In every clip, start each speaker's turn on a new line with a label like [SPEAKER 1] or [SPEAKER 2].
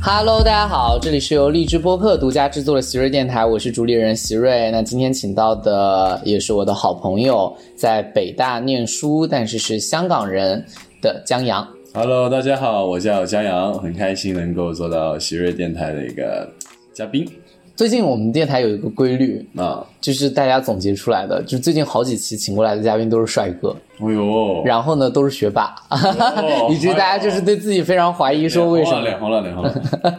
[SPEAKER 1] Hello，大家好，这里是由荔枝播客独家制作的席瑞电台，我是主理人席瑞。那今天请到的也是我的好朋友，在北大念书，但是是香港人的江阳。
[SPEAKER 2] Hello，大家好，我叫江阳，很开心能够做到席瑞电台的一个嘉宾
[SPEAKER 1] 最近我们电台有一个规律，
[SPEAKER 2] 啊。
[SPEAKER 1] 就是大家总结出来的，就是最近好几期请过来的嘉宾都是帅哥，
[SPEAKER 2] 哎呦，
[SPEAKER 1] 然后呢都是学霸，
[SPEAKER 2] 哦 哎
[SPEAKER 1] 以至于大家就是对自己非常怀疑，说为什么？
[SPEAKER 2] 脸红了，脸红了，脸红了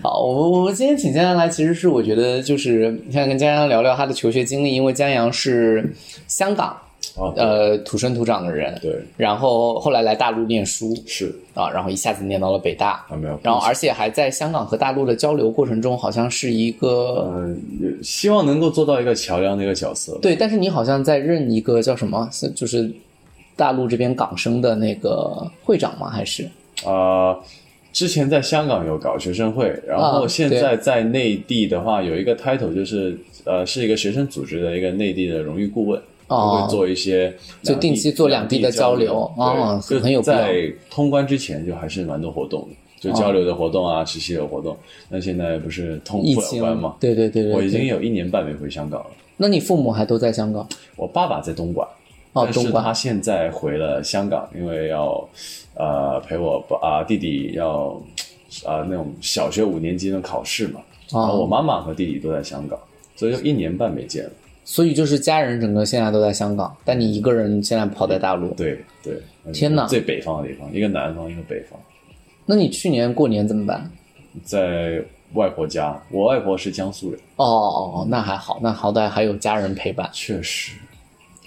[SPEAKER 1] 好，我们我们今天请江阳来，其实是我觉得就是想跟江阳聊聊他的求学经历，因为江阳是香港
[SPEAKER 2] 哦，
[SPEAKER 1] 呃土生土长的人，
[SPEAKER 2] 对，
[SPEAKER 1] 然后后来来大陆念书
[SPEAKER 2] 是
[SPEAKER 1] 啊，然后一下子念到了北大，
[SPEAKER 2] 啊，没有，
[SPEAKER 1] 然后而且还在香港和大陆的交流过程中，好像是一个、
[SPEAKER 2] 嗯，希望能够做到一个桥梁的一个角色。
[SPEAKER 1] 对，但是你好像在任一个叫什么，是就是大陆这边港生的那个会长吗？还是
[SPEAKER 2] 啊，之前在香港有搞学生会，然后
[SPEAKER 1] 啊
[SPEAKER 2] 现在在内地的话，有一个 title 就是呃，是一个学生组织的一个内地的荣誉顾问，
[SPEAKER 1] 哦
[SPEAKER 2] 就会做一些
[SPEAKER 1] 就
[SPEAKER 2] 两地
[SPEAKER 1] 定期做
[SPEAKER 2] 两
[SPEAKER 1] 两地的交流
[SPEAKER 2] 流，
[SPEAKER 1] 哦
[SPEAKER 2] 对，
[SPEAKER 1] 很有
[SPEAKER 2] 就
[SPEAKER 1] 必要
[SPEAKER 2] 在通关之前就还是蛮多活动的，就交流的活动啊，实习的活动。那现在不是通
[SPEAKER 1] 疫
[SPEAKER 2] 不了
[SPEAKER 1] 情
[SPEAKER 2] 关吗？？
[SPEAKER 1] 对对对对对，
[SPEAKER 2] 我已经有一年半没回香港了。
[SPEAKER 1] 那你父母还都在香港？
[SPEAKER 2] 我爸爸在东莞，
[SPEAKER 1] 哦，
[SPEAKER 2] 但
[SPEAKER 1] 东
[SPEAKER 2] 是
[SPEAKER 1] 莞
[SPEAKER 2] 他现在回了香港，因为要呃陪我爸啊、弟弟要啊、那种小学五年级的考试嘛。然后我
[SPEAKER 1] 哦，
[SPEAKER 2] 妈妈和弟弟都在香港，所以就一年半没见了。
[SPEAKER 1] 所以就是家人整个现在都在香港，但你一个人现在跑在大陆。
[SPEAKER 2] 对对，
[SPEAKER 1] 天哪
[SPEAKER 2] 最北方的地方，一个南方，一个北方，
[SPEAKER 1] 那你去年过年怎么办？
[SPEAKER 2] 在外婆家。我外婆是江苏人，
[SPEAKER 1] 哦哦，哦那还好，那好歹还有家人陪伴。
[SPEAKER 2] 确实，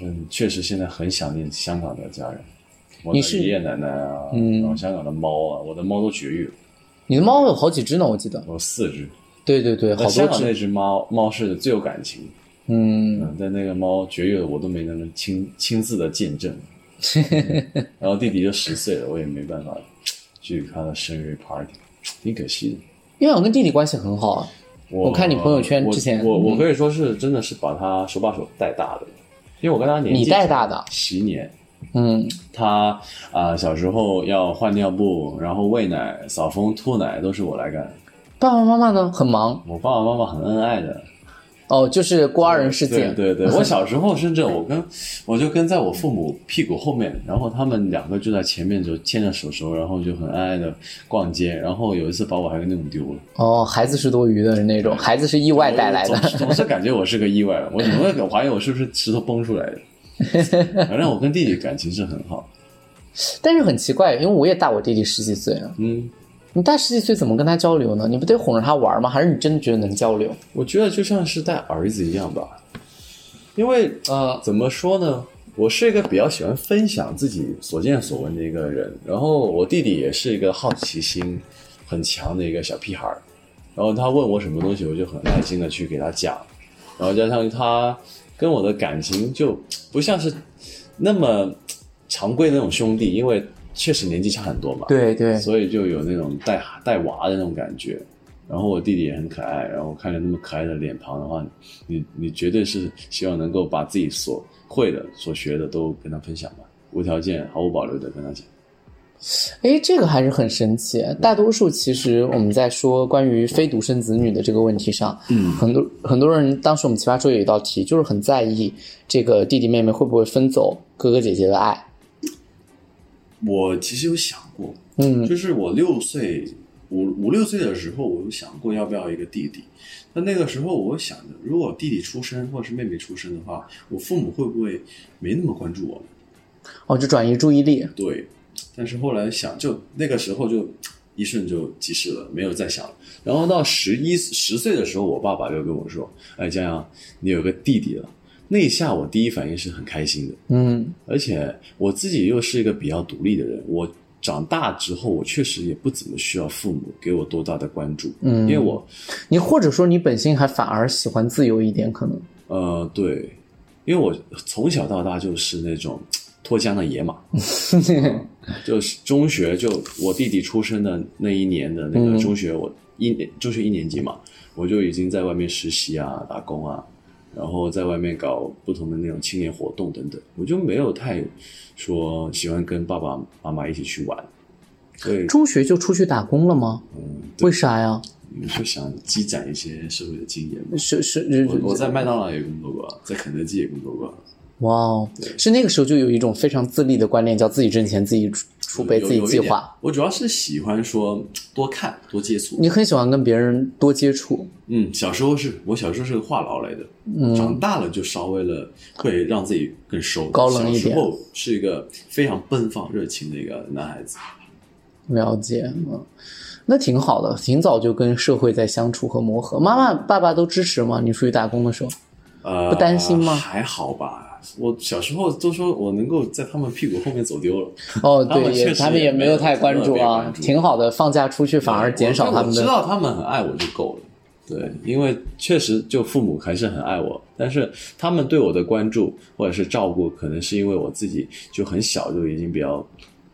[SPEAKER 2] 嗯，确实现在很想念香港的家人。我的
[SPEAKER 1] 你是嗯
[SPEAKER 2] 爷爷奶奶啊，然后香港的猫啊，我的猫都绝育了，
[SPEAKER 1] 你的猫有好几只呢，我记得。
[SPEAKER 2] 我有四只。
[SPEAKER 1] 对对对，好
[SPEAKER 2] 那
[SPEAKER 1] 多
[SPEAKER 2] 香港
[SPEAKER 1] 只。
[SPEAKER 2] 那只猫猫是最有感情，
[SPEAKER 1] 嗯，
[SPEAKER 2] 嗯，但那个猫绝育了，我都没能亲亲自的 见证。嗯然后弟弟就十岁了，我也没办法去看他生日 party，挺可惜的。
[SPEAKER 1] 因为我跟弟弟关系很好啊。
[SPEAKER 2] 我
[SPEAKER 1] 我看你朋友圈之前嗯
[SPEAKER 2] 我我我可以说是真的是把他手把手带大的，因为我跟他年纪
[SPEAKER 1] 你带大的，
[SPEAKER 2] 十年，
[SPEAKER 1] 嗯，
[SPEAKER 2] 他啊、小时候要换尿布，然后喂奶、扫风、吐奶都是我来干。
[SPEAKER 1] 爸爸妈妈呢很忙
[SPEAKER 2] 我爸爸妈妈很恩爱的，
[SPEAKER 1] 哦，就是过二人世界。
[SPEAKER 2] 对对对，我小时候甚至我跟我就跟在我父母屁股后面，然后他们两个就在前面就牵着手手，然后就很爱爱的逛街，然后有一次把我还给弄丢了，
[SPEAKER 1] 哦，孩子是多余的那种，孩子是意外带来
[SPEAKER 2] 我总
[SPEAKER 1] 的。
[SPEAKER 2] 是总是感觉我是个意外，我总会怀疑我是不是石头崩出来的。反正我跟弟弟感情是很好，
[SPEAKER 1] 但是很奇怪，因为我也大我弟弟十几岁啊，
[SPEAKER 2] 嗯，
[SPEAKER 1] 你大十几岁怎么跟他交流呢？你不得哄着他玩吗？还是你真的觉得能交流？
[SPEAKER 2] 我觉得就像是带儿子一样吧，因为
[SPEAKER 1] 呃，
[SPEAKER 2] 怎么说呢？我是一个比较喜欢分享自己所见所闻的一个人，然后我弟弟也是一个好奇心很强的一个小屁孩儿，然后他问我什么东西，我就很耐心的去给他讲，然后加上他跟我的感情就不像是那么常规的那种兄弟，因为确实年纪差很多嘛，
[SPEAKER 1] 对对，
[SPEAKER 2] 所以就有那种带带娃的那种感觉。然后我弟弟也很可爱，然后看着那么可爱的脸庞的话，你你绝对是希望能够把自己所会的、所学的都跟他分享吧，无条件、毫无保留的跟他讲。
[SPEAKER 1] 哎，这个还是很神奇。啊大多数其实我们在说关于非独生子女的这个问题上，
[SPEAKER 2] 嗯，
[SPEAKER 1] 很多很多人当时我们奇葩说有一道题，就是很在意这个弟弟妹妹会不会分走哥哥姐姐的爱。
[SPEAKER 2] 我其实有想过，
[SPEAKER 1] 嗯，
[SPEAKER 2] 就是我六岁五五六岁的时候，我有想过要不要一个弟弟。那那个时候，我想着，如果弟弟出生或者是妹妹出生的话，我父母会不会没那么关注我？
[SPEAKER 1] 哦，就转移注意力。
[SPEAKER 2] 对，但是后来想，就那个时候就一瞬就即逝了，没有再想了。然后到十一十岁的时候，我爸爸就跟我说：“哎，江阳，你有个弟弟了。”那一下我第一反应是很开心的，
[SPEAKER 1] 嗯，
[SPEAKER 2] 而且我自己又是一个比较独立的人，我长大之后，我确实也不怎么需要父母给我多大的关注，
[SPEAKER 1] 嗯
[SPEAKER 2] 因为我
[SPEAKER 1] 你或者说你本性还反而喜欢自由一点，可能。
[SPEAKER 2] 呃对，因为我从小到大就是那种脱缰的野马，就是中学就我弟弟出生的那一年的那
[SPEAKER 1] 嗯
[SPEAKER 2] 个中学，我一年中学一年级嘛，我就已经在外面实习啊、打工啊，然后在外面搞不同的那种青年活动等等，我就没有太说喜欢跟爸爸妈妈一起去玩。对，
[SPEAKER 1] 中学就出去打工了吗？
[SPEAKER 2] 嗯，对
[SPEAKER 1] 为啥呀？
[SPEAKER 2] 你是想积攒一些社会的经验吗？
[SPEAKER 1] 是是
[SPEAKER 2] 我我在麦当劳也工作过，在肯德基也工作过，
[SPEAKER 1] 哇哦，是那个时候就有一种非常自立的观念，叫自己挣钱、自己储储备、
[SPEAKER 2] 有
[SPEAKER 1] 自己计。
[SPEAKER 2] 有一点
[SPEAKER 1] 划。
[SPEAKER 2] 我主要是喜欢说多看多接触。
[SPEAKER 1] 你很喜欢跟别人多接触，
[SPEAKER 2] 嗯，小时候是我小时候是个话痨来的，
[SPEAKER 1] 嗯
[SPEAKER 2] 长大了就稍微了会让自己更收
[SPEAKER 1] 高冷一点
[SPEAKER 2] 小时候是一个非常奔放热情的一个男孩子。
[SPEAKER 1] 了解，嗯，那挺好的，挺早就跟社会在相处和磨合。妈妈、爸爸都支持吗？你出去打工的时候，
[SPEAKER 2] 呃，
[SPEAKER 1] 不担心吗
[SPEAKER 2] 还好吧，我小时候都说我能够在他们屁股后面走丢了，
[SPEAKER 1] 哦，
[SPEAKER 2] 他们
[SPEAKER 1] 对，也
[SPEAKER 2] 确实
[SPEAKER 1] 他们
[SPEAKER 2] 也
[SPEAKER 1] 也
[SPEAKER 2] 没
[SPEAKER 1] 没
[SPEAKER 2] 有
[SPEAKER 1] 有太关注
[SPEAKER 2] 特别
[SPEAKER 1] 啊
[SPEAKER 2] 关，注
[SPEAKER 1] 挺好的。放假出去反而减少他们
[SPEAKER 2] 我知
[SPEAKER 1] 的，
[SPEAKER 2] 道他们很爱我就够了。对，因为确实就父母还是很爱我，但是他们对我的关注或者是照顾，可能是因为我自己就很小就已经比较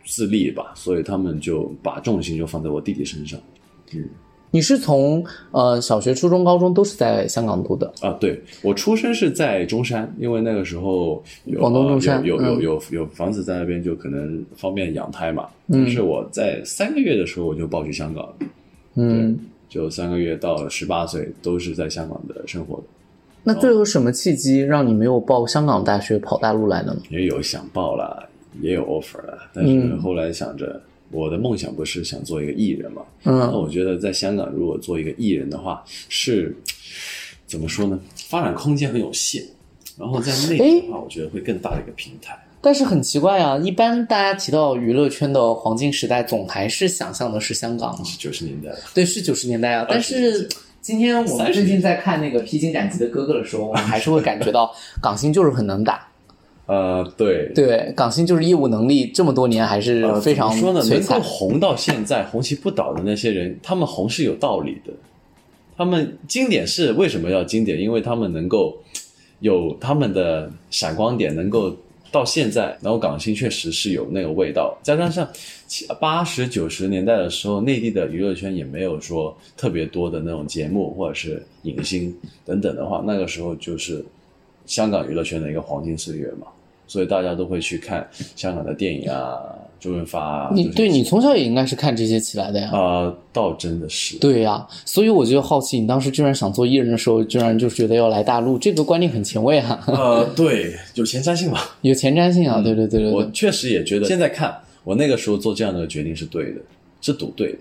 [SPEAKER 2] 自立吧，所以他们就把重心就放在我弟弟身上。嗯
[SPEAKER 1] 你是从呃小学、初中、高中都是在香港读的，
[SPEAKER 2] 啊，对我出生是在中山，因为那个时候有啊
[SPEAKER 1] 广东中山
[SPEAKER 2] 有有有
[SPEAKER 1] 嗯
[SPEAKER 2] 有有房子在那边，就可能方便养胎嘛。但是我在三个月的时候我就报去香港了，
[SPEAKER 1] 嗯。
[SPEAKER 2] 就三个月到十八岁都是在香港的生活的。
[SPEAKER 1] 那最后什么契机让你没有报香港大学跑大陆来的呢？
[SPEAKER 2] 也有想报了，也有 offer 了，但
[SPEAKER 1] 嗯
[SPEAKER 2] 是后来想着，我的梦想不是想做一个艺人嘛？那
[SPEAKER 1] 嗯，
[SPEAKER 2] 我觉得在香港如果做一个艺人的话，是怎么说呢？发展空间很有限，然后在内地的话，我觉得会更大的一个平台。
[SPEAKER 1] 但是很奇怪啊，一般大家提到娱乐圈的黄金时代，总还是想象的是香港啊嘛。
[SPEAKER 2] 是九十年代了，
[SPEAKER 1] 对，是九十年代啊。但
[SPEAKER 2] 20年
[SPEAKER 1] 是今天我们
[SPEAKER 2] 30
[SPEAKER 1] 最近在看那个《披荆斩棘的哥哥》的时候，我们还是会感觉到港星就是很能打。嗯
[SPEAKER 2] 呃，对，
[SPEAKER 1] 对，港星就是业务能力这么多年还是
[SPEAKER 2] 呃
[SPEAKER 1] 非常
[SPEAKER 2] 怎么说呢，
[SPEAKER 1] 璀
[SPEAKER 2] 能够
[SPEAKER 1] 璨。
[SPEAKER 2] 红到现在红旗不倒的那些人，他们红是有道理的。他们经典是为什么要经典？因为他们能够有他们的闪光点，能够到现在，然后港星确实是有那个味道。加上像七八十九十年代的时候，内地的娱乐圈也没有说特别多的那种节目或者是影星等等的话，那个时候就是香港娱乐圈的一个黄金岁月嘛。所以大家都会去看香港的电影啊，周润发啊。
[SPEAKER 1] 你
[SPEAKER 2] 就是
[SPEAKER 1] 对你从小也应该是看这些起来的呀。
[SPEAKER 2] 啊，倒真的是
[SPEAKER 1] 对呀、所以我就好奇，你当时居然想做艺人的时候，居然就觉得要来大陆，这个观念很前卫哈、
[SPEAKER 2] 呃，对，有前瞻性吧。
[SPEAKER 1] 有前瞻性啊！对对对对
[SPEAKER 2] 嗯我
[SPEAKER 1] 对，
[SPEAKER 2] 确实也觉得，现在看我那个时候做这样的决定是对的，是赌对的。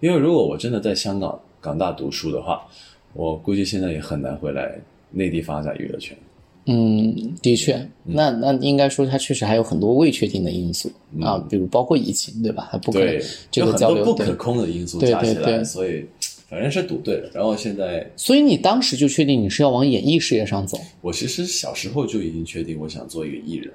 [SPEAKER 2] 因为如果我真的在香港港大读书的话，我估计现在也很难回来内地发展娱乐圈。
[SPEAKER 1] 嗯，的确，那那应该说它确实还有很多未确定的因素、啊，比如包括疫情，对吧？它不可能
[SPEAKER 2] 嗯对，
[SPEAKER 1] 这
[SPEAKER 2] 有
[SPEAKER 1] 个
[SPEAKER 2] 很
[SPEAKER 1] 交
[SPEAKER 2] 多
[SPEAKER 1] 流
[SPEAKER 2] 不
[SPEAKER 1] 对
[SPEAKER 2] 可控的因素
[SPEAKER 1] 对
[SPEAKER 2] 加起
[SPEAKER 1] 对对
[SPEAKER 2] 来，所以反正是赌对了。然后现在
[SPEAKER 1] 所以你当时就确定你是要往演艺事业上走，
[SPEAKER 2] 我其实小时候就已经确定我想做一个艺人。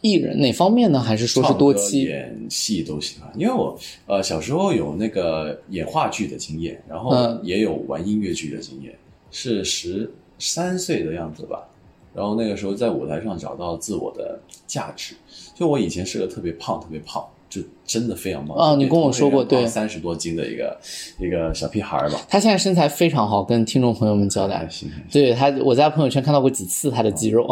[SPEAKER 1] 艺人哪方面呢？还是说是
[SPEAKER 2] 唱
[SPEAKER 1] 多
[SPEAKER 2] 歌
[SPEAKER 1] 期？
[SPEAKER 2] 演戏都喜欢，因为我呃小时候有那个演话剧的经验，然后
[SPEAKER 1] 嗯
[SPEAKER 2] 也有玩音乐剧的经验，是十三岁的样子吧。然后那个时候在舞台上找到自我的价值，就我以前是个特别胖，特别胖，就真的非常胖
[SPEAKER 1] 啊你跟我说过对
[SPEAKER 2] 三十多斤的一个一个小屁孩儿吧，
[SPEAKER 1] 他现在身材非常好，跟听众朋友们交代
[SPEAKER 2] 还。行。还行
[SPEAKER 1] 对他，我在朋友圈看到过几次他的肌肉。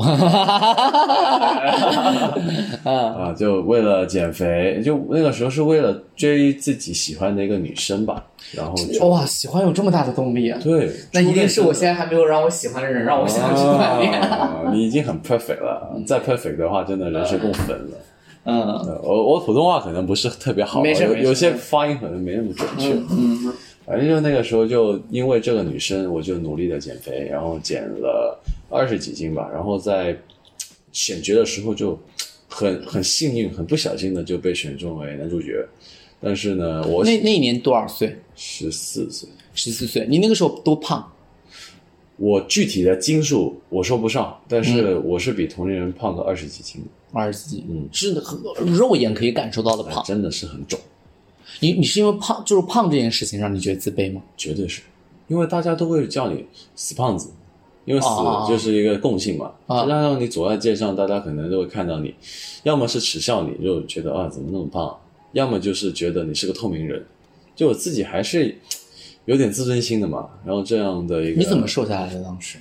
[SPEAKER 2] 啊，就为了减肥，就那个时候是为了追自己喜欢的一个女生吧，然后就
[SPEAKER 1] 哇，喜欢有这么大的动力啊！
[SPEAKER 2] 对，
[SPEAKER 1] 那一定是我
[SPEAKER 2] 现。
[SPEAKER 1] 现在还没有让我喜欢的人让我想去锻炼。
[SPEAKER 2] 啊你已经很 perfect 了，再 perfect 的话，真的人是共愤了。
[SPEAKER 1] 嗯
[SPEAKER 2] 呃我我普通话可能不是特别好，
[SPEAKER 1] 没事
[SPEAKER 2] 有
[SPEAKER 1] 没事
[SPEAKER 2] 有些发音可能没那么准确。
[SPEAKER 1] 嗯，
[SPEAKER 2] 反正就那个时候，就因为这个女生，我就努力的减肥，然后减了二十几斤吧。然后在选角的时候就很很幸运，很不小心的就被选中为男主角。但是呢，我
[SPEAKER 1] 那那一年多少岁？
[SPEAKER 2] 十四岁，
[SPEAKER 1] 十四岁，你那个时候多胖？
[SPEAKER 2] 我具体的斤数我说不上，但是
[SPEAKER 1] 嗯
[SPEAKER 2] 我是比同龄人胖个二十几斤，
[SPEAKER 1] 二十几，
[SPEAKER 2] 嗯
[SPEAKER 1] 是很肉眼可以感受到的
[SPEAKER 2] 哎
[SPEAKER 1] 胖。
[SPEAKER 2] 真的是很肿。
[SPEAKER 1] 你你是因为胖，就是胖这件事情让你觉得自卑吗？
[SPEAKER 2] 绝对是，因为大家都会叫你死胖子，因为死
[SPEAKER 1] 啊
[SPEAKER 2] 就是一个共性嘛。
[SPEAKER 1] 啊
[SPEAKER 2] 再加上你走在街上，大家可能都会看到你，要么是耻笑你，就觉得啊怎么那么胖，要么就是觉得你是个透明人。就我自己还是有点自尊心的嘛。然后这样的一个，
[SPEAKER 1] 你怎么瘦下来的？当时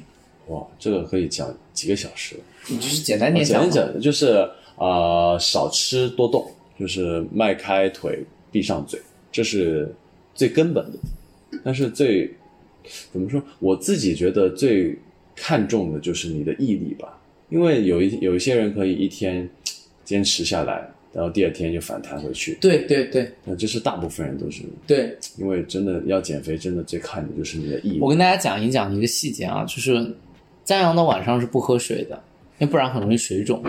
[SPEAKER 2] 哇？这个可以讲几个小时。
[SPEAKER 1] 你就是啊简单
[SPEAKER 2] 我
[SPEAKER 1] 点
[SPEAKER 2] 啊简
[SPEAKER 1] 讲
[SPEAKER 2] 单
[SPEAKER 1] 嘛，
[SPEAKER 2] 讲就是呃，少吃多动，就是迈开腿闭上嘴，这是最根本的。但是最怎么说，我自己觉得最看重的就是你的毅力吧，因为有一有一些人可以一天坚持下来，然后第二天就反弹回去，
[SPEAKER 1] 对对对
[SPEAKER 2] 那这是大部分人都是，
[SPEAKER 1] 对，
[SPEAKER 2] 因为真的要减肥，真的最看的就是你的毅力
[SPEAKER 1] 我。跟大家讲一讲一个细节啊，就是赞阳的晚上是不喝水的，因为不然很容易水肿。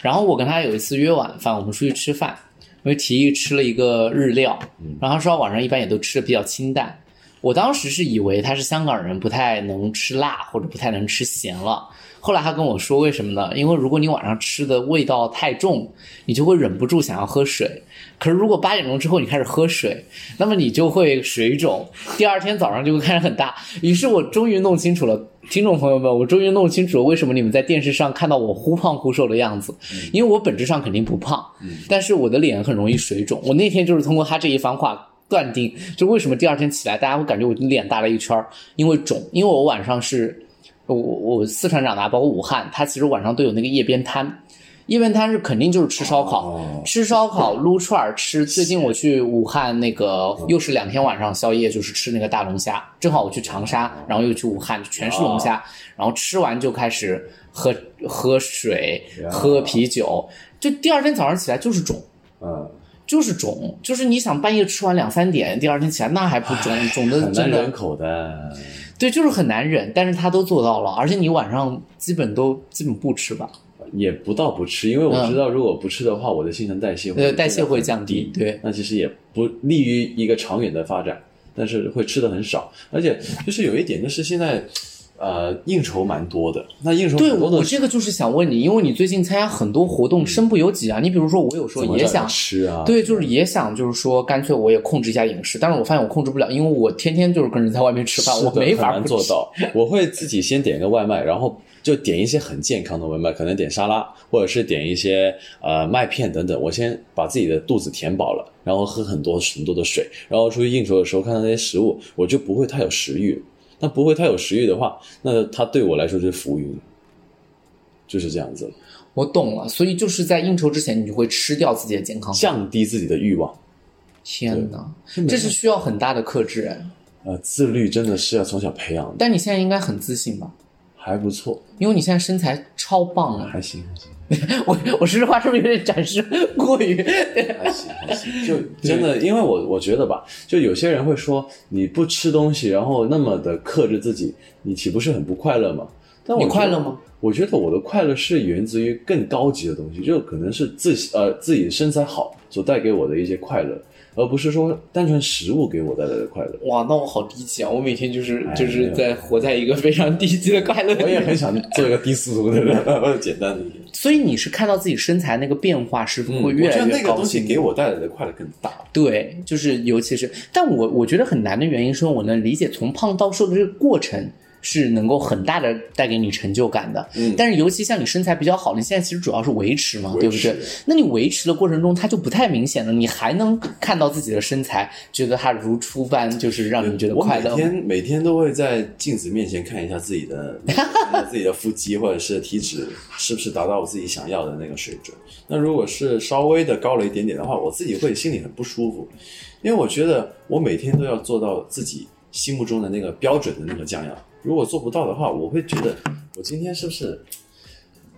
[SPEAKER 1] 然后我跟他有一次约晚饭，我们出去吃饭，因为提议吃了一个日料，然后他说晚上一般也都吃的比较清淡。我当时是以为他是香港人，不太能吃辣或者不太能吃咸了。后来他跟我说为什么呢？因为如果你晚上吃的味道太重，你就会忍不住想要喝水。可是如果八点钟之后你开始喝水，那么你就会水肿，第二天早上就会开始很大。于是我终于弄清楚了，听众朋友们，我终于弄清楚了为什么你们在电视上看到我忽胖忽瘦的样子，因为我本质上肯定不胖，但是我的脸很容易水肿。我那天就是通过他这一番话。断定，就为什么第二天起来大家会感觉我脸大了一圈儿，因为肿，因为我晚上是我我四川长大，包括武汉，它其实晚上都有那个夜边摊，夜边摊是肯定就是吃烧烤，
[SPEAKER 2] 哦
[SPEAKER 1] 吃烧烤撸串儿吃。最近我去武汉那个
[SPEAKER 2] 嗯
[SPEAKER 1] 又是两天晚上宵夜，就是吃那个大龙虾，正好我去长沙，然后又去武汉，全是龙
[SPEAKER 2] 哦
[SPEAKER 1] 虾，然后吃完就开始喝喝水、
[SPEAKER 2] 呀
[SPEAKER 1] 喝啤酒，就第二天早上起来就是肿。
[SPEAKER 2] 嗯，
[SPEAKER 1] 就是肿，就是你想半夜吃完两三点，第二天起来那还不肿，肿的
[SPEAKER 2] 很
[SPEAKER 1] 真
[SPEAKER 2] 难
[SPEAKER 1] 的
[SPEAKER 2] 两口的。
[SPEAKER 1] 对，就是很难忍，但是他都做到了，而且你晚上基本都基本不吃吧，
[SPEAKER 2] 也不到不吃，因为我
[SPEAKER 1] 嗯
[SPEAKER 2] 知道如果不吃的话，我的新陈代谢
[SPEAKER 1] 呃，
[SPEAKER 2] 会
[SPEAKER 1] 代谢会
[SPEAKER 2] 变得
[SPEAKER 1] 降
[SPEAKER 2] 很
[SPEAKER 1] 低
[SPEAKER 2] 低，，
[SPEAKER 1] 对，
[SPEAKER 2] 那其实也不利于一个长远的发展，但是会吃的很少，而且就是有一点就是现在，呃，应酬蛮多的，那应酬
[SPEAKER 1] 对
[SPEAKER 2] 很多
[SPEAKER 1] 我
[SPEAKER 2] 的嗯
[SPEAKER 1] 这个就是想问你，因为你最近参加很多活动，身不由己啊。你比如说，我有时候
[SPEAKER 2] 怎么
[SPEAKER 1] 也
[SPEAKER 2] 着
[SPEAKER 1] 想，
[SPEAKER 2] 吃啊，
[SPEAKER 1] 对，就是也想，就是说，干脆我也控制一下饮食，但是我发现我控制不了，因为我天天就是跟人在外面吃饭，
[SPEAKER 2] 是
[SPEAKER 1] 我
[SPEAKER 2] 的
[SPEAKER 1] 没
[SPEAKER 2] 很
[SPEAKER 1] 法
[SPEAKER 2] 难
[SPEAKER 1] 不
[SPEAKER 2] 做
[SPEAKER 1] 吃。
[SPEAKER 2] 到。我会自己先点一个外卖，然后就点一些很健康的外卖，可能点沙拉，或者是点一些呃麦片等等。我先把自己的肚子填饱了，然后喝很多很多的水，然后出去应酬的时候看到那些食物，我就不会太有食欲。那不会太有食欲的话，那它对我来说就是浮云，就是这样子，
[SPEAKER 1] 我懂了，所以就是在应酬之前，你就会吃掉自己的健康。
[SPEAKER 2] 降低自己的欲望。
[SPEAKER 1] 天哪，
[SPEAKER 2] 没
[SPEAKER 1] 这是需要很大的克制哎。
[SPEAKER 2] 呃，自律真的是要从小培养的，
[SPEAKER 1] 但你现在应该很自信吧？
[SPEAKER 2] 还不错，
[SPEAKER 1] 因为你现在身材超棒啊！
[SPEAKER 2] 还行，还行。
[SPEAKER 1] 我我说实话是不是有点展示过于？
[SPEAKER 2] 还行 还行，就真的，因为我我觉得吧，就有些人会说你不吃东西，然后那么的克制自己，你岂不是很不快乐吗？但我
[SPEAKER 1] 你
[SPEAKER 2] 觉得
[SPEAKER 1] 快乐吗？
[SPEAKER 2] 我觉得我的快乐是源自于更高级的东西，就可能是自呃自己身材好所带给我的一些快乐，而不是说单纯食物给我带来的快乐。
[SPEAKER 1] 哇，那我好低级啊！我每天就是
[SPEAKER 2] 哎
[SPEAKER 1] 就是在活在一个非常低级的快乐里。
[SPEAKER 2] 我也很想做一个低俗的人， 简单的一点。
[SPEAKER 1] 所以你是看到自己身材那个变化是会越来
[SPEAKER 2] 我觉得
[SPEAKER 1] 越
[SPEAKER 2] 那个
[SPEAKER 1] 高
[SPEAKER 2] 东
[SPEAKER 1] 兴
[SPEAKER 2] 西
[SPEAKER 1] 的。
[SPEAKER 2] 给我带来的快乐更大。
[SPEAKER 1] 对，就是尤其是，但我我觉得很难的原因是因为我能理解从胖到瘦的这个过程。是能够很大的带给你成就感的，
[SPEAKER 2] 嗯
[SPEAKER 1] 但是尤其像你身材比较好，你现在其实主要是维持嘛，
[SPEAKER 2] 维
[SPEAKER 1] 对不
[SPEAKER 2] 持
[SPEAKER 1] 对？那你维持的过程中，它就不太明显了，你还能看到自己的身材，觉得它如初般，就是让你觉得
[SPEAKER 2] 我
[SPEAKER 1] 快
[SPEAKER 2] 每
[SPEAKER 1] 乐。
[SPEAKER 2] 天每天都会在镜子面前看一下自 己的看一下自己的腹肌或者是体脂是不是达到我自己想要的那个水准。那如果是稍微的高了一点点的话，我自己会心里很不舒服，因为我觉得我每天都要做到自己心目中的那个标准的那个酱样。如果做不到的话，我会觉得我今天是不是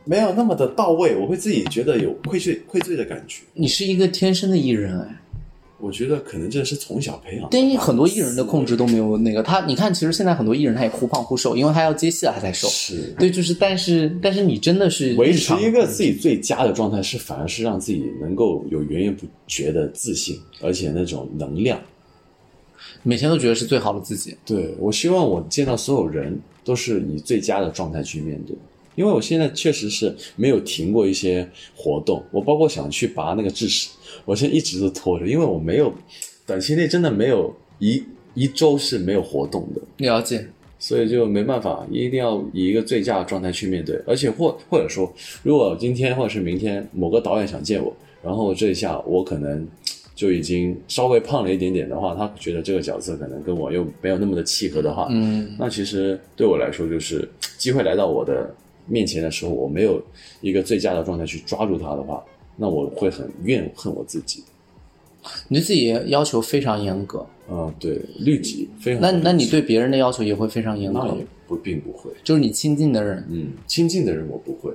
[SPEAKER 2] 没有那么的到位，我会自己觉得有愧罪愧罪的感觉。
[SPEAKER 1] 你是一个天生的艺人哎，
[SPEAKER 2] 我觉得可能这是从小培养的。
[SPEAKER 1] 对于很多艺人的控制都没有那个他，你看，其实现在很多艺人他也忽胖忽瘦，因为他要接戏了他才瘦。
[SPEAKER 2] 是
[SPEAKER 1] 对，就是，但是但是你真的是
[SPEAKER 2] 维
[SPEAKER 1] 日
[SPEAKER 2] 持
[SPEAKER 1] 常
[SPEAKER 2] 一个自己最佳的状态，是反而是让自己能够有源源不绝的自信，而且那种能量。
[SPEAKER 1] 每天都觉得是最好的自己。
[SPEAKER 2] 对我希望我见到所有人都是以最佳的状态去面对，因为我现在确实是没有停过一些活动，我包括想去拔那个智齿，我现在一直都拖着，因为我没有短期内真的没有一一周是没有活动的。
[SPEAKER 1] 了解，
[SPEAKER 2] 所以就没办法，一定要以一个最佳的状态去面对。而且或或者说，如果今天或者是明天某个导演想见我，然后这一下我可能就已经稍微胖了一点点的话，他觉得这个角色可能跟我又没有那么的契合的话，
[SPEAKER 1] 嗯，
[SPEAKER 2] 那其实对我来说就是机会来到我的面前的时候，我没有一个最佳的状态去抓住它的话，那我会很怨恨我自己。
[SPEAKER 1] 你对自己要求非常严格，
[SPEAKER 2] 嗯，对，律己非常。
[SPEAKER 1] 那那你对别人的要求也会非常严格
[SPEAKER 2] 那
[SPEAKER 1] 吗，
[SPEAKER 2] 也不并不会，
[SPEAKER 1] 就是你亲近的人，
[SPEAKER 2] 嗯，亲近的人我不会，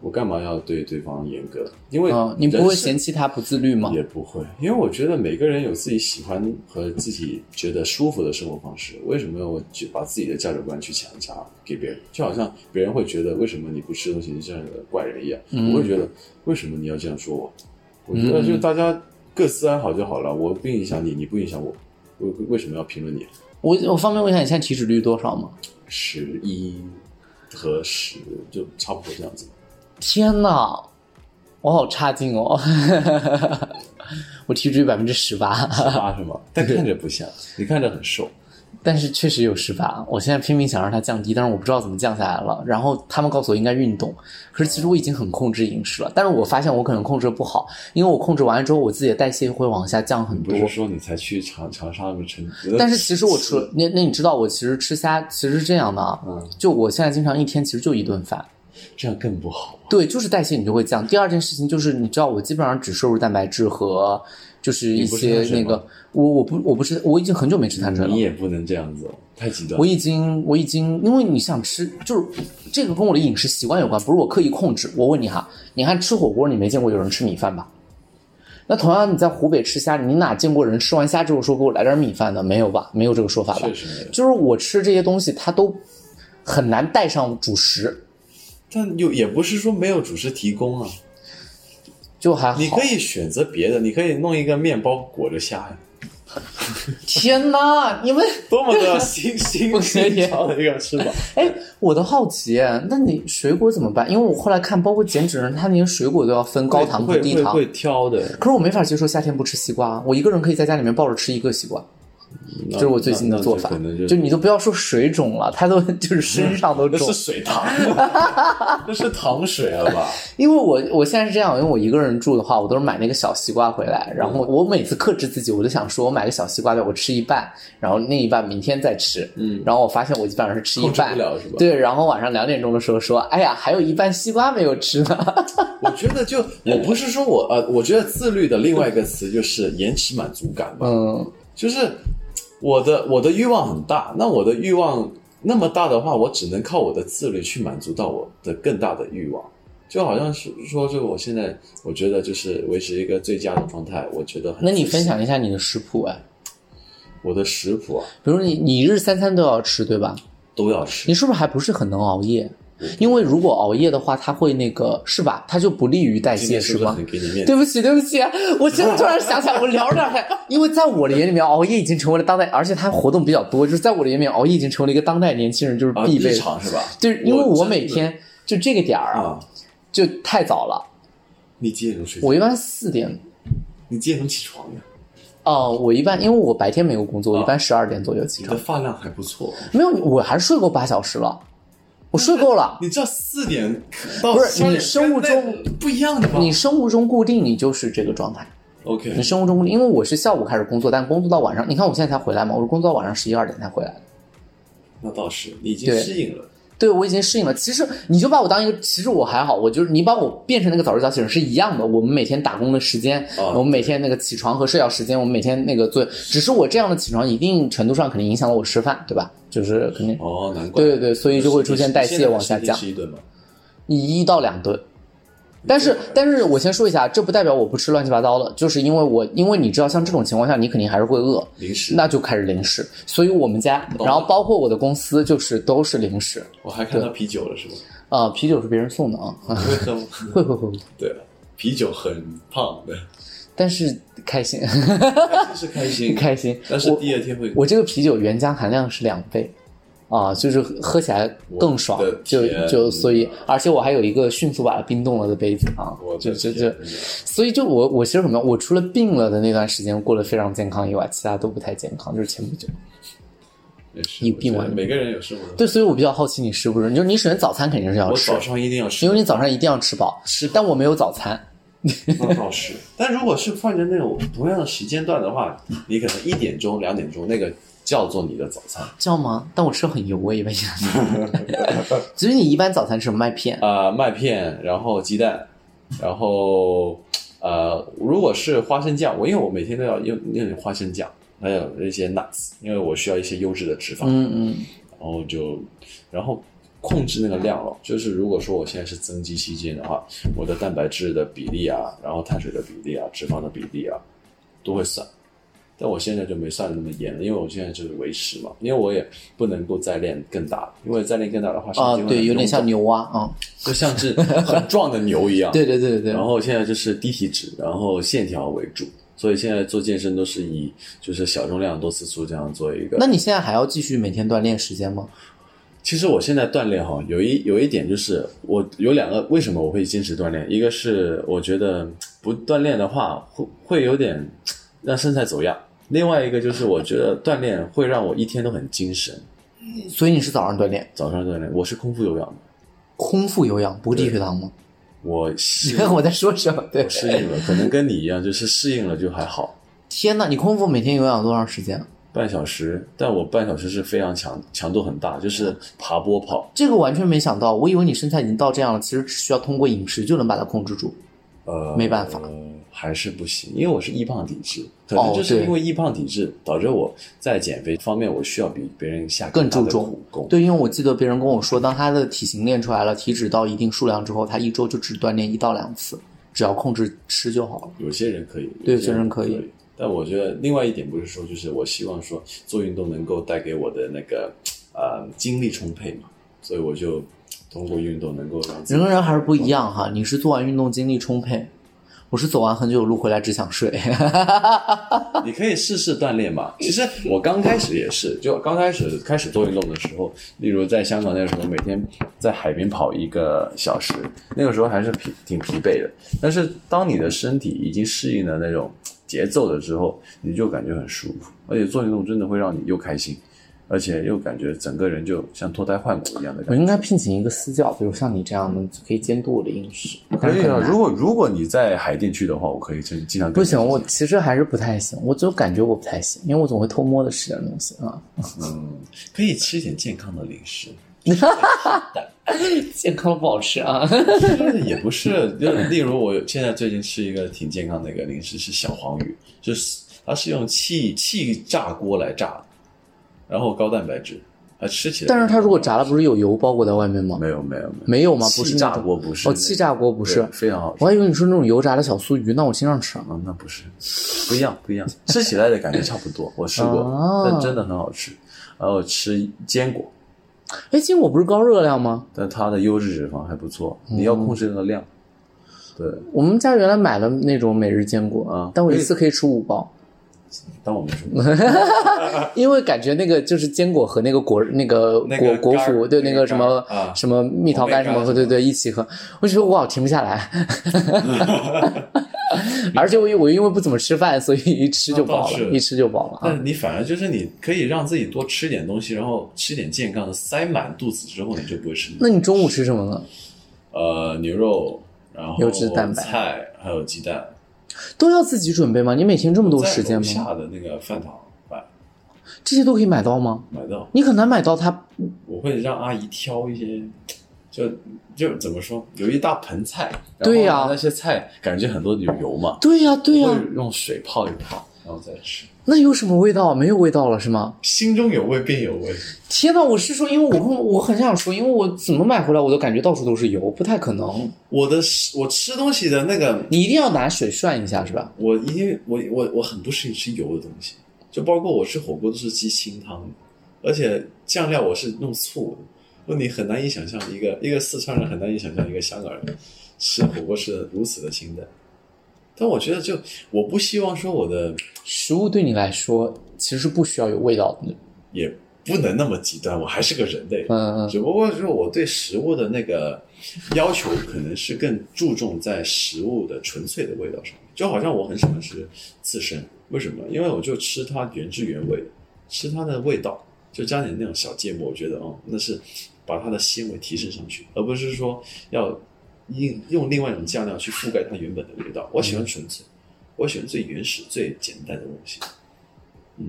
[SPEAKER 2] 我干嘛要对对方严格？因为
[SPEAKER 1] 嗯，你不
[SPEAKER 2] 人
[SPEAKER 1] 会
[SPEAKER 2] 是
[SPEAKER 1] 嫌弃他不自律吗？
[SPEAKER 2] 也不会，因为我觉得每个人有自己喜欢和自己觉得舒服的生活方式。为什么我去把自己的价值观去强加给别人？就好像别人会觉得为什么你不吃东西你这样的怪人一样，我会觉
[SPEAKER 1] 嗯
[SPEAKER 2] 得为什么你要这样说我？我觉得就大家各自安好就好了，我不影响你，你不影响我，为为什么要评论你？
[SPEAKER 1] 我我方便问一下，你现在体脂率多少吗？
[SPEAKER 2] 十一和十就差不多这样子。
[SPEAKER 1] 天呐，我好差劲哦！ 我体脂率百分之十八，
[SPEAKER 2] 八是吗？ 但看着不像，你看着很瘦。
[SPEAKER 1] 但是确实有十八。我现在拼命想让它降低，但是我不知道怎么降下来了。然后他们告诉我应该运动，可是其实我已经很控制饮食了，但是我发现我可能控制的不好，因为我控制完了之后，我自己的代谢会往下降很
[SPEAKER 2] 不
[SPEAKER 1] 多。
[SPEAKER 2] 是说你才去长长沙那么成，
[SPEAKER 1] 但是其实我除了那那你知道我其实吃虾其实是这样的啊，
[SPEAKER 2] 嗯
[SPEAKER 1] 就我现在经常一天其实就一顿饭，
[SPEAKER 2] 这样更不好。
[SPEAKER 1] 对，就是代谢你就会降。第二件事情就是，你知道我基本上只摄入蛋白质和就是一
[SPEAKER 2] 你不吃
[SPEAKER 1] 些
[SPEAKER 2] 碳水
[SPEAKER 1] 那
[SPEAKER 2] 吗
[SPEAKER 1] 个，我我不我不吃，我已经很久没吃碳水了
[SPEAKER 2] 你。也不能这样子哦，太极端
[SPEAKER 1] 我
[SPEAKER 2] 了。
[SPEAKER 1] 已经，我已经，因为你想吃，就是这个跟我的饮食习惯有关，不是我刻意控制。我问你哈，你看吃火锅，你没见过有人吃米饭吧？那同样你在湖北吃虾，你哪见过人吃完虾之后说给我来点米饭的？没有吧？没有这个说法吧
[SPEAKER 2] 确？实没有，
[SPEAKER 1] 就是我吃这些东西，它都很难带上主食，
[SPEAKER 2] 但又也不是说没有主食提供啊，
[SPEAKER 1] 就还好。
[SPEAKER 2] 你可以选择别的，你可以弄一个面包裹着虾呀，
[SPEAKER 1] 天哪，你们。
[SPEAKER 2] 多么 的新新新潮的一个吃法。
[SPEAKER 1] 哎，我的好奇，那你水果怎么办？因为我后来看，包括减脂人，他连水果都要分高糖和
[SPEAKER 2] 会
[SPEAKER 1] 低
[SPEAKER 2] 会
[SPEAKER 1] 糖。
[SPEAKER 2] 会挑的，
[SPEAKER 1] 可是我没法接受夏天不吃西瓜，我一个人可以在家里面抱着吃一个西瓜，
[SPEAKER 2] 这
[SPEAKER 1] 这是我最近的做法
[SPEAKER 2] 可能。就
[SPEAKER 1] 就你都不要说水肿了，它都就是身上都
[SPEAKER 2] 那
[SPEAKER 1] 肿
[SPEAKER 2] 是。水糖，那是糖水了吧？
[SPEAKER 1] 因为我我现在是这样，因为我一个人住的话，我都是买那个小西瓜回来，然后我每次克制自己，我就想说，我买个小西瓜的，我吃一半，然后另一半明天再吃。
[SPEAKER 2] 嗯
[SPEAKER 1] 然后我发现我基本上是吃一
[SPEAKER 2] 控制
[SPEAKER 1] 半
[SPEAKER 2] 不，了是吧？
[SPEAKER 1] 对，然后晚上两点钟的时候说，哎呀，还有一半西瓜没有吃呢。
[SPEAKER 2] 我觉得就我不是说我呃，我觉得自律的另外一个词就是延迟满足感吧。
[SPEAKER 1] 嗯，
[SPEAKER 2] 就是我的我的欲望很大，那我的欲望那么大的话，我只能靠我的自律去满足到我的更大的欲望。就好像是说，就我现在我觉得就是维持一个最佳的状态，我觉得很。
[SPEAKER 1] 那你分享一下你的食谱哎，
[SPEAKER 2] 我的食谱啊，
[SPEAKER 1] 比如你你一日三餐都要吃，对吧？
[SPEAKER 2] 都要吃。
[SPEAKER 1] 你是不是还不是很能熬夜？因为如果熬夜的话，它会那个是吧？它就不利于代
[SPEAKER 2] 今
[SPEAKER 1] 谢
[SPEAKER 2] 天是不是
[SPEAKER 1] 吗
[SPEAKER 2] 很？给你面子？
[SPEAKER 1] 对不起，对不起，啊我现在突然想起来，我聊着聊着，因为在我的眼里面，熬夜已经成为了当代，而且它活动比较多，就是在我的眼里面，熬夜已经成为了一个当代年轻人就是
[SPEAKER 2] 啊，
[SPEAKER 1] 必
[SPEAKER 2] 日
[SPEAKER 1] 备的。
[SPEAKER 2] 常是吧？
[SPEAKER 1] 就是因为
[SPEAKER 2] 我
[SPEAKER 1] 我
[SPEAKER 2] 真
[SPEAKER 1] 每
[SPEAKER 2] 的
[SPEAKER 1] 天就这个点儿啊，
[SPEAKER 2] 啊，
[SPEAKER 1] 就太早了，
[SPEAKER 2] 你几点钟睡觉？
[SPEAKER 1] 我一般四点
[SPEAKER 2] 你几点钟起床的？
[SPEAKER 1] 哦，我一般因为我白天没有工作，我一
[SPEAKER 2] 啊
[SPEAKER 1] 般十二点左右起
[SPEAKER 2] 你
[SPEAKER 1] 床
[SPEAKER 2] 的。发量还不错。
[SPEAKER 1] 没有，我还是睡够八小时了，我睡够 了。
[SPEAKER 2] 你知道四点到
[SPEAKER 1] 不是
[SPEAKER 2] 12
[SPEAKER 1] 你
[SPEAKER 2] 点
[SPEAKER 1] 生物
[SPEAKER 2] 跟
[SPEAKER 1] 钟
[SPEAKER 2] 那不一样的吧
[SPEAKER 1] 你生物钟固定，你就是这个状态。
[SPEAKER 2] ？OK，
[SPEAKER 1] 你生物钟固定，因为我是下午开始工作，但工作到晚上，你看我现在才回来嘛，我是工作到晚上十一二点才回来的。
[SPEAKER 2] 那倒是，你已经
[SPEAKER 1] 对
[SPEAKER 2] 适应了。
[SPEAKER 1] 对，我已经适应了。其实你就把我当一个，其实我还好，我就是你把我变成那个早睡早起人是一样的。我们每天打工的时间，
[SPEAKER 2] 啊
[SPEAKER 1] 我们每天那个起床和睡觉时间，我们每天那个做，只是我这样的起床一定程度上肯定影响了我吃饭，对吧？就是肯定
[SPEAKER 2] 哦，难怪。
[SPEAKER 1] 对对对，所以就会出现代谢往下
[SPEAKER 2] 你
[SPEAKER 1] 降
[SPEAKER 2] 现在。吃一顿吗？
[SPEAKER 1] 一到两顿。但是，但是我先说一下，这不代表我不吃乱七八糟的，就是因为我，因为你知道，像这种情况下，你肯定还是会饿，
[SPEAKER 2] 零食。
[SPEAKER 1] 那就开始零食。所以我们家，
[SPEAKER 2] 懂了
[SPEAKER 1] 然后包括我的公司，就是都是零食。
[SPEAKER 2] 我还看到啤酒了，是 吗？
[SPEAKER 1] 啊、啤酒是别人送的啊，
[SPEAKER 2] 你会喝吗？
[SPEAKER 1] 会会会，会
[SPEAKER 2] 对啊，啤酒很胖 的，
[SPEAKER 1] 但是开心
[SPEAKER 2] 但是开心，
[SPEAKER 1] 开心。
[SPEAKER 2] 但是第二天会
[SPEAKER 1] 我这个啤酒原浆含量是两倍，啊、就是喝起来更爽
[SPEAKER 2] 我的，
[SPEAKER 1] 就
[SPEAKER 2] 天
[SPEAKER 1] 就所以，而且我还有一个迅速把它冰冻了的杯子啊
[SPEAKER 2] 我，
[SPEAKER 1] 就
[SPEAKER 2] 的
[SPEAKER 1] 就
[SPEAKER 2] 天
[SPEAKER 1] 就，所以就我我其实什么，我除了病了的那段时间过得非常健康以外，其他都不太健康，就是前不久。
[SPEAKER 2] 没事
[SPEAKER 1] 你闭
[SPEAKER 2] 我觉得
[SPEAKER 1] 完
[SPEAKER 2] 每个人有生活的。
[SPEAKER 1] 对，所以我比较好奇你是不是，就是你首先早餐肯定是要
[SPEAKER 2] 我
[SPEAKER 1] 吃
[SPEAKER 2] 早，上一定要吃
[SPEAKER 1] 因，为你早上一定要吃饱，
[SPEAKER 2] 吃
[SPEAKER 1] 但我没有早餐，
[SPEAKER 2] 那倒是。 但如果是换成那种同样的时间段的话，你可能一点钟、两点钟那个叫做你的早餐。
[SPEAKER 1] 知道吗？但我吃得很油，我以为你。 所
[SPEAKER 2] 呃
[SPEAKER 1] 以你一般早餐吃什么麦片？
[SPEAKER 2] 啊，麦片，然后鸡蛋，然后呃，如果是花生酱，我因为我每天都要用用花生酱，还有一些 nuts，因为我需要一些优质的脂肪，
[SPEAKER 1] 嗯嗯，
[SPEAKER 2] 然后就然后控制那个量咯。就是如果说我现在是增肌期间的话，我的蛋白质的比例啊，然后碳水的比例啊，脂肪的比例啊，都会算。但我现在就没算的那么严了，因为我现在就是维持嘛，因为我也不能够再练更大，因为再练更大的话，神
[SPEAKER 1] 啊
[SPEAKER 2] 经，会
[SPEAKER 1] 对，
[SPEAKER 2] 很
[SPEAKER 1] 有点
[SPEAKER 2] 臃肿
[SPEAKER 1] 像牛蛙啊，
[SPEAKER 2] 就像是很壮的牛一样。
[SPEAKER 1] 对对对对
[SPEAKER 2] 然
[SPEAKER 1] 对，
[SPEAKER 2] 后现在就是低体脂，然后线条为主，所以现在做健身都是以就是小重量多次数这样做一个
[SPEAKER 1] 那。你现在还要继续每天锻炼时间吗？
[SPEAKER 2] 其实我现在锻炼哈，有一有一点就是我有两个为什么我会坚持锻炼，一个是我觉得嗯不锻炼的话会会有点嗯让身材走样，另外一个就是我觉得锻炼会让我一天都很精神。
[SPEAKER 1] 所以你是早上锻炼，
[SPEAKER 2] 早上锻炼，我是空腹有氧的，
[SPEAKER 1] 空腹有氧，不低血糖吗？
[SPEAKER 2] 我适
[SPEAKER 1] 你
[SPEAKER 2] 应
[SPEAKER 1] 看我在说什么？对
[SPEAKER 2] 我，适应了，可能跟你一样，就是适应了就还好。
[SPEAKER 1] 天呐，你空腹每天有氧多长时间？
[SPEAKER 2] 半小时，但我半小时是非常强，强度很大，就是爬坡跑。
[SPEAKER 1] 这个完全没想到，我以为你身材已经到这样了，其实只需要通过饮食就能把它控制住。
[SPEAKER 2] 呃，
[SPEAKER 1] 没办法
[SPEAKER 2] 呃还是不行，因为我是易胖体质，可能
[SPEAKER 1] 哦
[SPEAKER 2] 就是
[SPEAKER 1] 对
[SPEAKER 2] 因为易胖体质导致我在减肥方面我需要比别人下
[SPEAKER 1] 更
[SPEAKER 2] 大的
[SPEAKER 1] 注重
[SPEAKER 2] 苦功。
[SPEAKER 1] 对，因为我记得别人跟我说，当他的体型练出来了，体脂到一定数量之后，他一周就只锻炼一到两次，只要控制吃就好了。
[SPEAKER 2] 有些人可以，
[SPEAKER 1] 对
[SPEAKER 2] 有些
[SPEAKER 1] 有些
[SPEAKER 2] 人
[SPEAKER 1] 人可以
[SPEAKER 2] 不以。但我觉得另外一点不是说，就是我希望说做运动能够带给我的那个呃精力充沛嘛，所以我就通过运动能够让自
[SPEAKER 1] 人
[SPEAKER 2] 己
[SPEAKER 1] 跟人还是不一样哈，你是做完运动精力充沛，我是走完很久的路回来只想睡。
[SPEAKER 2] 你可以试试锻炼嘛。其实我刚开始也是，就刚开始开始做运动的时候，例如在香港那个时候，每天在海边跑一个小时，那个时候还是疲挺疲惫的。但是当你的身体已经适应了那种节奏了之后，你就感觉很舒服，而且做运动真的会让你又开心，而且又感觉整个人就像脱胎换骨一样的感觉。
[SPEAKER 1] 我应该聘请一个私教，比如像你这样的，可以监督我的饮食。
[SPEAKER 2] 可以啊，如果如果你在海淀区的话，我可以经经常跟
[SPEAKER 1] 不
[SPEAKER 2] 你
[SPEAKER 1] 行，我其实还是不太行，我就感觉我不太行，因为我总会偷摸的吃点东西啊。
[SPEAKER 2] 嗯，可以吃一点健康的零食。
[SPEAKER 1] 健康不好吃啊，
[SPEAKER 2] 就是也不是， 就例如我现在最近吃一个挺健康的一个零食是小黄鱼，就是它是用气气炸锅来炸的，然后高蛋白质，啊吃起 来。
[SPEAKER 1] 但是它如果炸了，不是有油包裹在外面吗？
[SPEAKER 2] 没有没有
[SPEAKER 1] 没
[SPEAKER 2] 没有
[SPEAKER 1] 有吗？不是
[SPEAKER 2] 气
[SPEAKER 1] 那
[SPEAKER 2] 炸
[SPEAKER 1] 种
[SPEAKER 2] 锅不是
[SPEAKER 1] 哦，
[SPEAKER 2] 那
[SPEAKER 1] 气
[SPEAKER 2] 个
[SPEAKER 1] 炸锅不是
[SPEAKER 2] 对，非常好吃
[SPEAKER 1] 我还以为你说那种油炸的小酥鱼，那我经常吃啊。
[SPEAKER 2] 啊，那不是不一样不 一样，吃起来的感觉差不多，我试过，
[SPEAKER 1] 啊
[SPEAKER 2] 但真的很好吃。然后吃坚果，
[SPEAKER 1] 哎，坚果不是高热量吗？
[SPEAKER 2] 但它的优质脂肪还不错，你要控制那个量。对，
[SPEAKER 1] 我们家原来买了那种每日坚果，
[SPEAKER 2] 啊
[SPEAKER 1] 但我一次可以吃五包，
[SPEAKER 2] 当我没说。
[SPEAKER 1] 因为感觉那个就是坚果和那个果那个果、
[SPEAKER 2] 那个
[SPEAKER 1] 果
[SPEAKER 2] 干
[SPEAKER 1] 脯
[SPEAKER 2] 儿
[SPEAKER 1] 对
[SPEAKER 2] 那
[SPEAKER 1] 那
[SPEAKER 2] 个
[SPEAKER 1] 个什么、
[SPEAKER 2] 干儿啊
[SPEAKER 1] 什么蜜桃干什么
[SPEAKER 2] 红莓
[SPEAKER 1] 和
[SPEAKER 2] 干
[SPEAKER 1] 对对一起喝，我觉得哇我停不下来， 而且我因我因为不怎么吃饭，所以一吃就饱了
[SPEAKER 2] 那嗯倒，是嗯
[SPEAKER 1] 一吃就饱了
[SPEAKER 2] 但
[SPEAKER 1] 啊。
[SPEAKER 2] 是你反而就是你可以让自己多吃点东西，然后吃点健康的，塞满肚子之后你就不会吃腻。
[SPEAKER 1] 那你中午吃什么呢？
[SPEAKER 2] 呃，牛肉，然后
[SPEAKER 1] 优质蛋白
[SPEAKER 2] 菜，还有鸡蛋，
[SPEAKER 1] 都要自己准备吗？你每天这么多时间
[SPEAKER 2] 在楼
[SPEAKER 1] 吗？
[SPEAKER 2] 下的那个饭堂买
[SPEAKER 1] 这些都可以买到吗？
[SPEAKER 2] 买到，
[SPEAKER 1] 你很难买到它
[SPEAKER 2] 我会让阿姨挑一些，就就怎么说，有一大盆菜，然后
[SPEAKER 1] 对呀
[SPEAKER 2] 那些菜感觉很多有油嘛，
[SPEAKER 1] 对呀、对呀、
[SPEAKER 2] 会用水泡一泡，然后再吃，
[SPEAKER 1] 那有什么味道？没有味道了是吗？
[SPEAKER 2] 心中有味便有味。
[SPEAKER 1] 天呐，我是说，因为我跟我很想说，因为我怎么买回来我都感觉到处都是油，不太可能。
[SPEAKER 2] 我的食我吃东西的那个
[SPEAKER 1] 你一定要拿水涮一下是吧？
[SPEAKER 2] 我一定我我我很不适应吃油的东西，就包括我吃火锅都是鸡清汤的，而且酱料我是弄醋的。就你很难以想象一个一个四川人很难以想象一个香港人吃火锅吃的如此的清淡，但我觉得就我不希望说我的
[SPEAKER 1] 食物对你来说其实不需要有味道的，
[SPEAKER 2] 也不能那么极端，我还是个人类，
[SPEAKER 1] 嗯，
[SPEAKER 2] 只不过说我对食物的那个要求可能是更注重在食物的纯粹的味道上面，就好像我很喜欢吃刺身，为什么？因为我就吃它原汁原味，吃它的味道，就加点那种小芥末，我觉得哦，那是把它的鲜味提升上去，而不是说要用用另外一种酱料去覆盖它原本的味道。我喜欢纯粹，我喜欢最原始、最简单的东西。嗯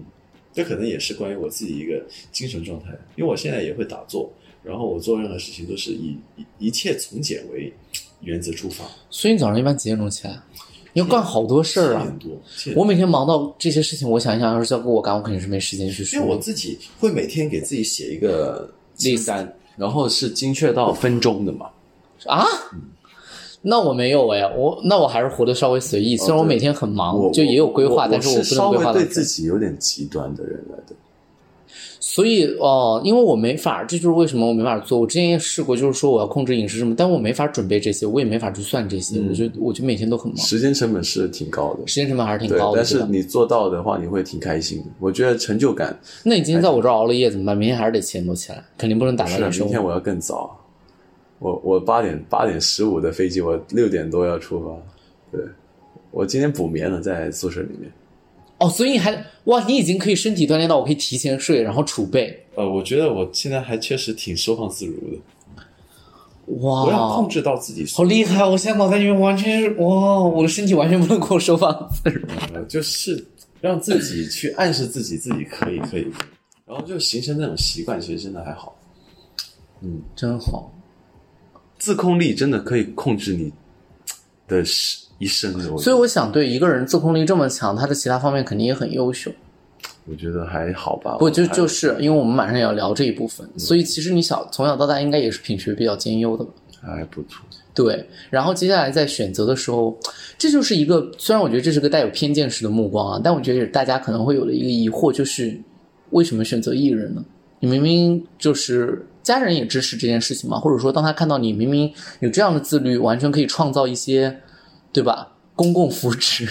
[SPEAKER 2] 这可能也是关于我自己一个精神状态，因为我现在也会打坐，然后我做任何事情都是以一一切从简为原则出发。
[SPEAKER 1] 所以你早上一般几点钟起来？你要干好多事儿
[SPEAKER 2] 七
[SPEAKER 1] 啊
[SPEAKER 2] 点！多，七点
[SPEAKER 1] 我每天忙到这些事情，我想一想，要是交给我干，我肯定是没时间去
[SPEAKER 2] 因为我
[SPEAKER 1] 说。
[SPEAKER 2] 自己会每天给自己写一个
[SPEAKER 1] List
[SPEAKER 2] 清单，然后是精确到分钟的嘛。
[SPEAKER 1] 啊？那我没有哎，我那我还是活得稍微随意。虽然我每天很忙，
[SPEAKER 2] 哦我
[SPEAKER 1] 就也有规划，
[SPEAKER 2] 我
[SPEAKER 1] 但是
[SPEAKER 2] 我
[SPEAKER 1] 不
[SPEAKER 2] 稍
[SPEAKER 1] 能规
[SPEAKER 2] 微
[SPEAKER 1] 划
[SPEAKER 2] 对
[SPEAKER 1] 得
[SPEAKER 2] 自己有点极端的人来的。
[SPEAKER 1] 所以哦、因为我没法，这就是为什么我没法做。我之前也试过，就是说我要控制饮食什么，但我没法准备这些，我也没法去算这些。我觉得，我觉得每天都很忙，
[SPEAKER 2] 时间成本是挺高的，
[SPEAKER 1] 时间成本还嗯是挺
[SPEAKER 2] 对
[SPEAKER 1] 高，的。
[SPEAKER 2] 但
[SPEAKER 1] 对
[SPEAKER 2] 是
[SPEAKER 1] 吧
[SPEAKER 2] 你做到的话，你会挺开心的。我觉得成就感
[SPEAKER 1] 那你今天在我这儿熬了夜怎么办？明天还是得七点多起来，肯定不能打到
[SPEAKER 2] 是
[SPEAKER 1] 夜
[SPEAKER 2] 明
[SPEAKER 1] 生
[SPEAKER 2] 天
[SPEAKER 1] 活。
[SPEAKER 2] 我要更早，我我八点八点十五的飞机，我六点多要出发。对，我今天补眠了，在宿舍里面。
[SPEAKER 1] 哦，所以你还哇，你已经可以身体锻炼到我可以提前睡，然后储备。
[SPEAKER 2] 呃，我觉得我现在还确实挺收放自如的，我要
[SPEAKER 1] 哇
[SPEAKER 2] 控，制到自己。
[SPEAKER 1] 好厉害！我现在脑袋里面完全是哇，我的身体完全不能给我收放自如。
[SPEAKER 2] 呃，就是让自己去暗示自己，自己可以，可以，然后就形成那种习惯，其实真的还好。
[SPEAKER 1] 真好。
[SPEAKER 2] 自控力真的可以控制你的是一生的，我觉
[SPEAKER 1] 所以
[SPEAKER 2] 得
[SPEAKER 1] 我想，对一个人自控力这么强，他的其他方面肯定也很优秀。
[SPEAKER 2] 我觉得还好嗯吧。
[SPEAKER 1] 不就
[SPEAKER 2] 还
[SPEAKER 1] 就是因为我们马上也要聊这一部分，所以其实你小从小到大应该也是品学比较兼优的吧？
[SPEAKER 2] 还不错，
[SPEAKER 1] 对，然后接下来在选择的时候，这就是一个虽然我觉得这是个带有偏见式的目光啊，但我觉得也是大家可能会有的一个疑惑，就是为什么选择艺人呢？你明明就是家人也支持这件事情嘛，或者说当他看到你明明有这样的自律，完全可以创造一些，对吧？公共福祉，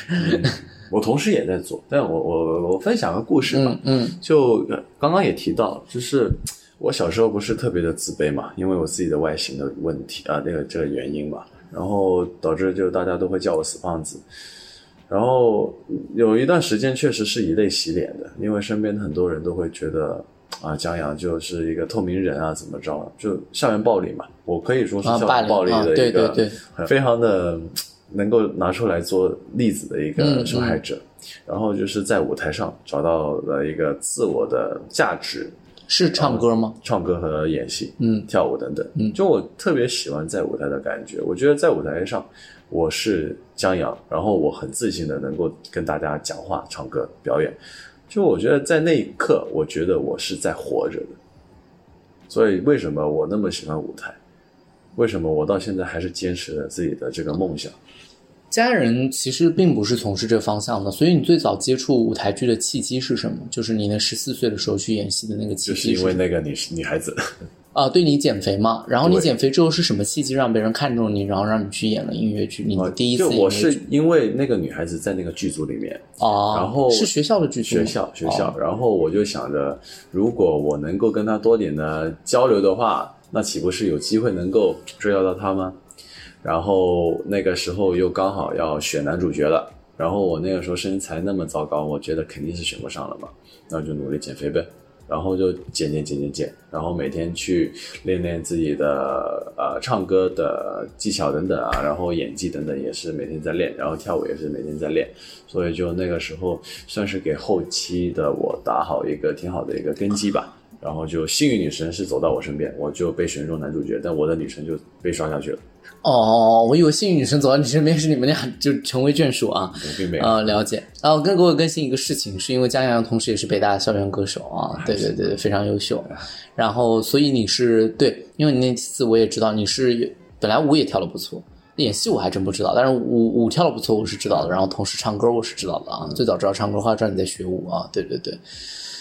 [SPEAKER 2] 我同事也在做，但我我我分享个故事吧。
[SPEAKER 1] 嗯嗯
[SPEAKER 2] 就呃刚刚也提到，就是我小时候不是特别的自卑嘛，因为我自己的外形的问题啊，这个这个原因嘛，然后导致就大家都会叫我死胖子。然后嗯有一段时间确实是以泪洗脸的，因为身边很多人都会觉得啊，江阳就是一个透明人啊，怎么着，就校园暴力嘛，我可以说是
[SPEAKER 1] 啊
[SPEAKER 2] 校
[SPEAKER 1] 霸凌
[SPEAKER 2] 园暴力
[SPEAKER 1] 啊
[SPEAKER 2] 的
[SPEAKER 1] 对
[SPEAKER 2] 一个、
[SPEAKER 1] 对对
[SPEAKER 2] 非常的能够拿出来做例子的一个
[SPEAKER 1] 嗯
[SPEAKER 2] 受害者。然后就是在舞台上找到了一个自我的价值，
[SPEAKER 1] 是
[SPEAKER 2] 呃
[SPEAKER 1] 唱歌吗？
[SPEAKER 2] 唱歌和演戏，
[SPEAKER 1] 嗯
[SPEAKER 2] 跳舞等等。
[SPEAKER 1] 嗯
[SPEAKER 2] 就我特别喜欢在舞台的感觉，我觉得在舞台上我是江阳，然后我很自信的能够跟大家讲话、唱歌、表演。就我觉得在那一刻，我觉得我是在活着的。所以为什么我那么喜欢舞台？为什么我到现在还是坚持了自己的这个梦想？
[SPEAKER 1] 家人其实并不是从事这方向的，所以你最早接触舞台剧的契机是什么？就是你那十四岁的时候去演戏的那个契
[SPEAKER 2] 就
[SPEAKER 1] 机
[SPEAKER 2] 是
[SPEAKER 1] 是什
[SPEAKER 2] 因
[SPEAKER 1] 么
[SPEAKER 2] 为那个女女孩子，
[SPEAKER 1] 啊，对你减肥嘛，然后你
[SPEAKER 2] 对
[SPEAKER 1] 减肥之后是什么契机让别人看中你，然后让你去演了音乐剧？你的第一次
[SPEAKER 2] 呃就
[SPEAKER 1] 演
[SPEAKER 2] 我
[SPEAKER 1] 音乐
[SPEAKER 2] 是
[SPEAKER 1] 剧
[SPEAKER 2] 因为那个女孩子在那个剧组里面，
[SPEAKER 1] 哦，
[SPEAKER 2] 然后
[SPEAKER 1] 是学校的剧组吗，哦
[SPEAKER 2] 学校学校，然后我就想着，如果我能够跟她多点的交流的话，那岂不是有机会能够追到到她吗？然后那个时候又刚好要选男主角了，然后我那个时候身材那么糟糕，我觉得肯定是选不上了嘛，那就努力减肥呗。然后就减减减减减，然后每天去练练自己的呃唱歌的技巧等等啊，然后演技等等也是每天在练，然后跳舞也是每天在练，所以就那个时候算是给后期的我打好一个挺好的一个根基吧。然后就幸运女神是走到我身边，我就被选中男主角，但我的女神就被刷下去了，
[SPEAKER 1] 哦，我以为幸运女神走到你身边是你们俩就成为眷属啊。
[SPEAKER 2] 我并没有。
[SPEAKER 1] 啊，了解。然后跟给我更新一个事情，是因为江洋同时也是北大校园歌手啊，对对对，非常优秀。然后，所以你是对，因为你那次我也知道你是本来舞也跳的不错，演戏我还真不知道，但是舞舞跳的不错我是知道的，然后同时唱歌我是知道的啊，
[SPEAKER 2] 嗯
[SPEAKER 1] 最早知道唱歌，后来知道你在学舞啊，对对对。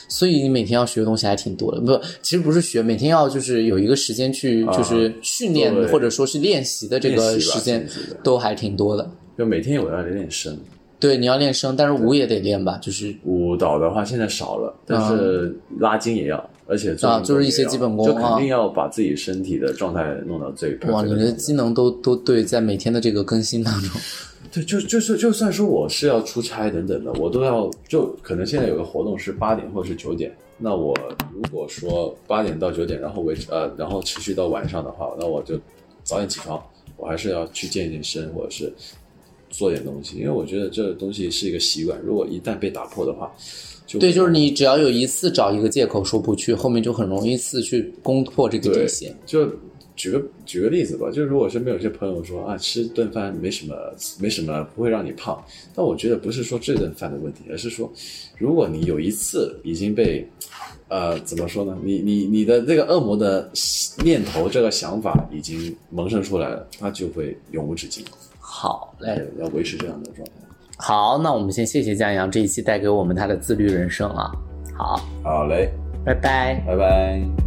[SPEAKER 1] 所以你每天要学的东西还挺多的，不，其实不是学，每天要就是有一个时间去，
[SPEAKER 2] 啊
[SPEAKER 1] 就是训练
[SPEAKER 2] 对
[SPEAKER 1] 或者说是练习的这个
[SPEAKER 2] 练习吧
[SPEAKER 1] 时间
[SPEAKER 2] 练习的
[SPEAKER 1] 都还挺多的。
[SPEAKER 2] 就每天我要练练声，
[SPEAKER 1] 对，你要练声，但是舞也得练吧，就是
[SPEAKER 2] 舞蹈的话现在少了，但是拉筋也要，而且做
[SPEAKER 1] 啊
[SPEAKER 2] 运动
[SPEAKER 1] 就是一
[SPEAKER 2] 也
[SPEAKER 1] 些
[SPEAKER 2] 要
[SPEAKER 1] 基本功
[SPEAKER 2] 就肯
[SPEAKER 1] 啊
[SPEAKER 2] 定要把自己身体的状态弄到最 perfect
[SPEAKER 1] 哇，你的
[SPEAKER 2] 状态
[SPEAKER 1] 机能都都对，在每天的这个更新当中，
[SPEAKER 2] 对，就就是就算说我是要出差等等的，我都要就可能现在有个活动是八点或者是九点，那我如果说八点到九点，然后维持呃，然后持续到晚上的话，那我就早点起床，我还是要去健健身或者是做点东西，因为我觉得这东西是一个习惯，如果一旦被打破的话，就
[SPEAKER 1] 对，就是你只要有一次找一个借口说不去，后面就很容易一次去攻破这个底
[SPEAKER 2] 对
[SPEAKER 1] 线。
[SPEAKER 2] 就。举个举个例子吧，就是说我身边有些朋友说啊，吃顿饭没什么没什么，不会让你胖。但我觉得不是说这顿饭的问题，而是说，如果你有一次已经被，呃，怎么说呢？你你你的这个恶魔的念头，这个想法已经萌生出来了，它就会永无止境。
[SPEAKER 1] 好嘞，
[SPEAKER 2] 对，要维持这样的状态。
[SPEAKER 1] 好，那我们先谢谢江阳这一期带给我们他的自律人生啊。好，
[SPEAKER 2] 好嘞，
[SPEAKER 1] 拜拜。
[SPEAKER 2] 拜拜。